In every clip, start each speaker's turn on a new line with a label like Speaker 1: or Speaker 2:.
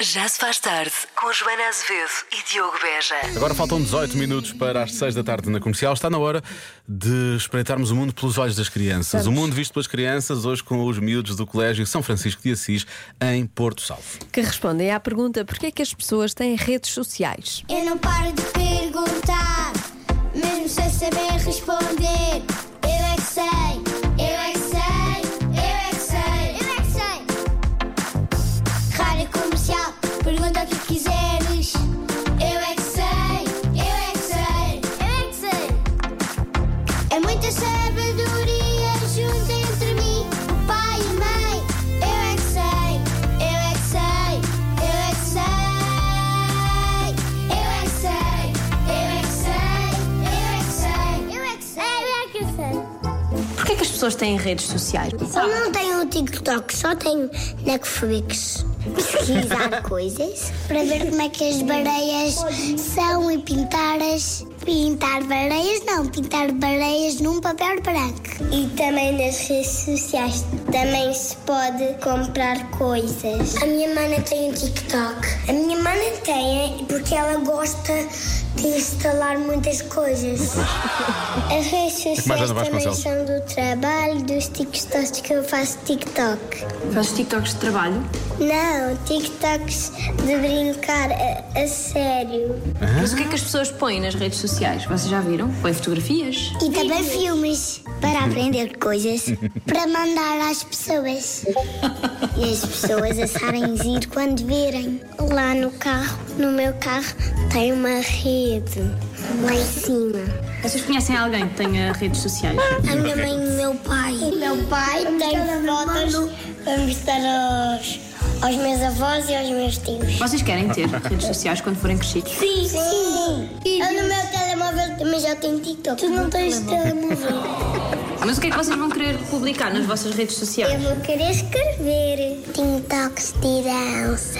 Speaker 1: Já se faz tarde com Joana Azevedo e Diogo Beja.
Speaker 2: Agora faltam 18 minutos para as 6 da tarde na comercial. Está na hora de espreitarmos o mundo pelos olhos das crianças. O mundo visto pelas crianças, hoje com os miúdos do Colégio São Francisco de Assis, em Porto Salvo.
Speaker 3: que respondem à pergunta porquê é que as pessoas têm redes sociais.
Speaker 4: Eu não paro de perguntar, mesmo sem saber responder. Eu é que sei, eu é que sei, eu é que sei, eu é que sei. Rádio comercial, pergunta o que quiseres. Eu é que sei, eu é que sei, eu é que sei. É muita sabedoria junta entre mim, o pai e a mãe. Eu é que sei, eu é que sei, eu é que sei. Eu é que sei, eu é que sei, eu é que sei, eu é que sei, eu é que sei.
Speaker 3: Porquê é que as pessoas têm redes sociais?
Speaker 4: Eu não tenho o TikTok, só tenho Netflix. Pesquisar coisas para ver como é que as bareias são e pintar as. Pintar bareias não, pintar bareias num papel branco. E também nas redes sociais também se pode comprar coisas. A minha mana tem um TikTok. A minha mana tem, é porque ela gosta de instalar muitas coisas. As redes
Speaker 2: que mais,
Speaker 4: sociais
Speaker 2: Ana
Speaker 4: também
Speaker 2: Vasconcelos?
Speaker 4: são do trabalho, dos TikToks que eu faço TikTok.
Speaker 3: Fazes TikToks de trabalho?
Speaker 4: Não, TikToks de brincar a, a sério.
Speaker 3: Mas o que é que as pessoas põem nas redes sociais? Vocês já viram? Põem fotografias?
Speaker 4: E também filmes. Para aprender coisas. para mandar às pessoas. E as pessoas acharem ir quando virem. Lá no carro, no meu carro, tem uma rede lá em cima.
Speaker 3: Vocês conhecem alguém que tenha redes sociais?
Speaker 4: A minha mãe e o meu pai. O meu pai tem fotos para mostrar aos, aos meus avós e aos meus tios.
Speaker 3: Vocês querem ter redes sociais quando forem crescidos?
Speaker 4: Sim, sim. Eu no meu telemóvel também já tenho TikTok. Tu não tens telemóvel?
Speaker 3: Mas o que é que vocês vão querer publicar nas vossas redes sociais?
Speaker 4: Eu vou querer escrever. TikToks de dança.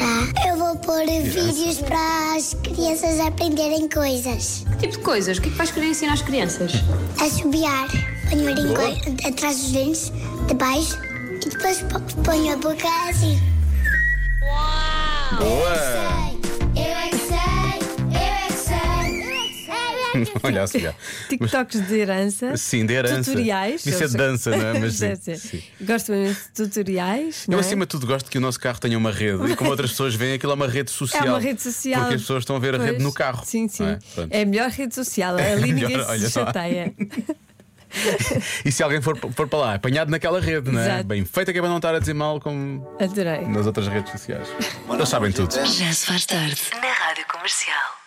Speaker 4: Eu vou pôr vídeos para as crianças aprenderem coisas.
Speaker 3: Que tipo de coisas? O que é que vais querer ensinar às crianças?
Speaker 4: A subiar. Ponho o língua atrás dos dentes, de baixo. E depois po- ponho a boca assim.
Speaker 2: Boa!
Speaker 4: Eu é que sei, eu é que sei, eu é que sei, eu é que
Speaker 2: Olha assim, já.
Speaker 3: TikToks de herança?
Speaker 2: Sim, de herança.
Speaker 3: Tutoriais?
Speaker 2: Isso é de dança, não é? Mas sim,
Speaker 3: Deve ser.
Speaker 2: sim.
Speaker 3: Gosto imenso de tutoriais.
Speaker 2: Eu,
Speaker 3: não é?
Speaker 2: acima de tudo, gosto que o nosso carro tenha uma rede. E como outras pessoas veem, aquilo é uma rede social.
Speaker 3: É uma rede social.
Speaker 2: Porque as pessoas estão a ver a
Speaker 3: Pois.
Speaker 2: rede no carro.
Speaker 3: Sim, sim.
Speaker 2: não é?
Speaker 3: É?
Speaker 2: Pronto.
Speaker 3: a melhor rede social.
Speaker 2: É
Speaker 3: Ali
Speaker 2: melhor,
Speaker 3: ninguém
Speaker 2: olha
Speaker 3: se
Speaker 2: só.
Speaker 3: chateia.
Speaker 2: E se alguém for, for para lá, apanhado naquela rede, não é?
Speaker 3: Exato.
Speaker 2: Bem feito é que é para não estar a dizer mal como
Speaker 3: Adorei.
Speaker 2: nas outras redes sociais. Eles sabem tudo.
Speaker 1: Já se faz tarde na Rádio Comercial.